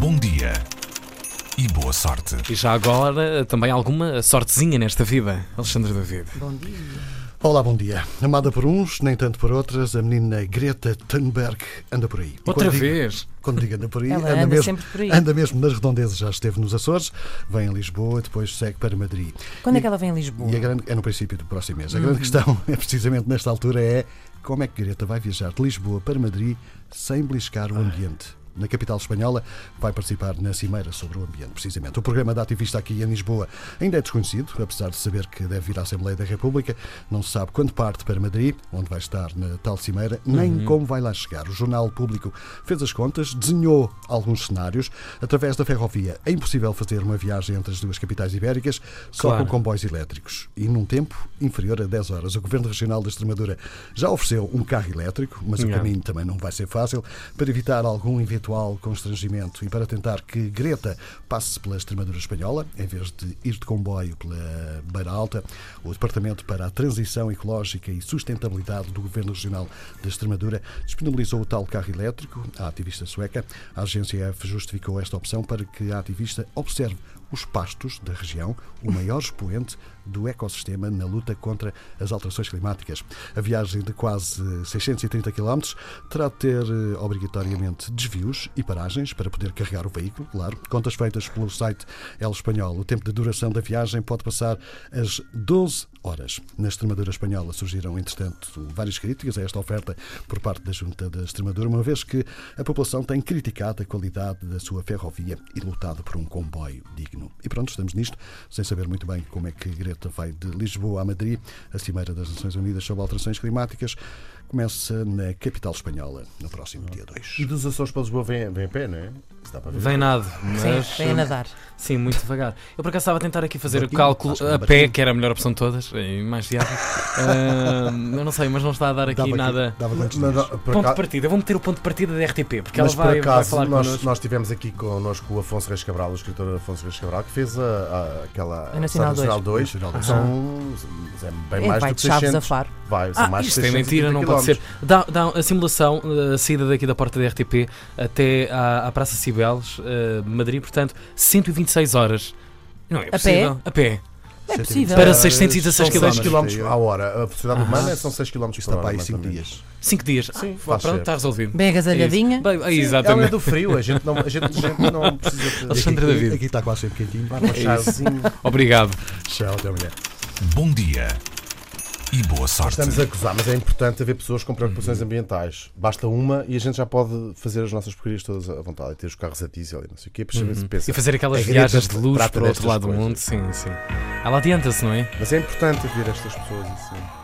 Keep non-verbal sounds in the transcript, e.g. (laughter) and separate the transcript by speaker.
Speaker 1: Bom dia e boa sorte.
Speaker 2: E já agora também alguma sortezinha nesta vida, Alexandre David.
Speaker 3: Bom dia.
Speaker 4: Olá, bom dia. Amada por uns, nem tanto por outras, a menina Greta Thunberg anda por aí. E
Speaker 2: Outra
Speaker 4: quando digo-
Speaker 2: vez.
Speaker 4: quando digo anda por aí,
Speaker 3: Ela anda sempre por aí.
Speaker 4: anda mesmo nas redondezas. Já esteve nos Açores, vem a Lisboa, depois segue para Madrid.
Speaker 3: Quando é
Speaker 4: E-
Speaker 3: que ela vem a Lisboa?
Speaker 4: E a grande, é no princípio do próximo mês. A grande questão (laughs) é precisamente nesta altura é como é que Greta vai viajar de Lisboa para Madrid sem beliscar o ambiente. Na capital espanhola, vai participar na Cimeira sobre o Ambiente, precisamente. O programa da ativista aqui em Lisboa ainda é desconhecido, apesar de saber que deve vir à Assembleia da República. Não se sabe quando parte para Madrid, onde vai estar na tal Cimeira, nem como vai lá chegar. O Jornal Público fez as contas, desenhou alguns cenários. Através da ferrovia, é impossível fazer uma viagem entre as duas capitais ibéricas, só
Speaker 2: Claro.
Speaker 4: com comboios elétricos e num tempo inferior a 10 horas. O Governo Regional da Extremadura já ofereceu um carro elétrico, mas o
Speaker 2: Yeah.
Speaker 4: caminho também não vai ser fácil. Para evitar algum eventual constrangimento e para tentar que Greta passe pela Extremadura Espanhola, em vez de ir de comboio pela Beira Alta, o Departamento para a Transição Ecológica e Sustentabilidade do Governo Regional da Extremadura disponibilizou o tal carro elétrico à ativista sueca. A agência F justificou esta opção para que a ativista observe os pastos da região, o maior expoente do ecossistema na luta contra as alterações climáticas. A viagem de quase 630 km terá de ter eh, obrigatoriamente desvios e paragens para poder carregar o veículo, claro. Contas feitas pelo site El Espanhol, o tempo de duração da viagem pode passar as 12 horas. Na Extremadura Espanhola surgiram, entretanto, várias críticas a esta oferta por parte da Junta da Extremadura, uma vez que a população tem criticado a qualidade da sua ferrovia e lutado por um comboio digno. E pronto, estamos nisto, sem saber muito bem como é que Greta vai de Lisboa a Madrid, a Cimeira das Nações Unidas sobre alterações climáticas. Começa na capital espanhola, no próximo dia 2.
Speaker 5: E dos Açores para Lisboa vem, vem a pé, não é? Isso dá para ver.
Speaker 2: Vem nada,
Speaker 3: Sim,
Speaker 2: mas.
Speaker 4: é
Speaker 3: vem a nadar.
Speaker 2: Sim, muito devagar. Eu por acaso estava a tentar aqui fazer o
Speaker 4: Barquinho,
Speaker 2: cálculo
Speaker 4: acho que é
Speaker 2: a
Speaker 4: um
Speaker 2: pé,
Speaker 4: barquinho.
Speaker 2: que era a melhor opção de todas, e mais viável. Ah, eu não sei, mas não está a dar aqui nada.
Speaker 4: Dava quantos
Speaker 5: Mas,
Speaker 4: dias?
Speaker 5: ó, por
Speaker 2: Ponto de
Speaker 5: aca-
Speaker 2: partida, eu vou meter o ponto de partida da RTP, porque
Speaker 5: mas
Speaker 2: ela vai,
Speaker 5: por acaso,
Speaker 2: vai falar
Speaker 5: nós,
Speaker 2: connosco.
Speaker 5: nós tivemos aqui connosco o Afonso Reis Cabral, o escritor Afonso Reis Cabral, que fez a, a- aquela.
Speaker 3: A Nacional
Speaker 5: Nacional 2.
Speaker 4: Nacional dois.
Speaker 5: São. É bem
Speaker 3: Ele
Speaker 5: mais
Speaker 3: vai
Speaker 5: do
Speaker 3: de
Speaker 5: que
Speaker 3: Chaves a
Speaker 5: 600.
Speaker 3: Faro.
Speaker 5: Vai, são
Speaker 2: Ah,
Speaker 5: mais de
Speaker 2: isto é
Speaker 5: 630
Speaker 2: mentira, não pode ser.
Speaker 5: quilómetros.
Speaker 2: Dá, dá a simulação, eh, a saída daqui da porta da RTP até à, à Praça Cibeles, eh, Madrid, portanto, 126 horas. Não é
Speaker 3: pé?
Speaker 2: possível. A pé?
Speaker 3: Não é possível.
Speaker 2: Para
Speaker 5: Ah,
Speaker 2: 616
Speaker 5: são
Speaker 2: quilómetros.
Speaker 5: seis quilómetros à hora. A velocidade humana são 6 km
Speaker 4: Está para aí 5
Speaker 5: cinco
Speaker 4: dias.
Speaker 2: 5 dias.
Speaker 5: Sim,
Speaker 2: Ah,
Speaker 5: faz
Speaker 2: pronto,
Speaker 5: ser.
Speaker 2: está resolvido.
Speaker 3: Bem agasalhadinha.
Speaker 2: Bem, ah,
Speaker 5: Ela é
Speaker 2: exatamente.
Speaker 5: do frio, a gente não, a gente, a gente
Speaker 2: (laughs)
Speaker 5: não precisa de.
Speaker 2: Alexandre
Speaker 4: Aqui-
Speaker 5: (laughs)
Speaker 2: David.
Speaker 4: Aqui está quase sempre quentinho.
Speaker 5: Vai para o
Speaker 2: assim.
Speaker 5: chazinho.
Speaker 2: Obrigado.
Speaker 4: Tchau, até amanhã.
Speaker 1: Bom dia e boa sorte.
Speaker 5: Estamos a gozar, mas é importante haver pessoas com preocupações
Speaker 2: Uhum.
Speaker 5: ambientais. Basta uma e a gente já pode fazer as nossas porcarias todas à vontade e ter os carros a diesel e não sei o quê, para saber se pensa.
Speaker 2: Uhum. E fazer aquelas
Speaker 5: É grande
Speaker 2: viagens de luz
Speaker 5: prata
Speaker 2: para o outro
Speaker 5: destas
Speaker 2: lado do
Speaker 5: coisas.
Speaker 2: mundo, sim, sim. Ela adianta-se, não é?
Speaker 5: Mas é importante haver estas pessoas assim.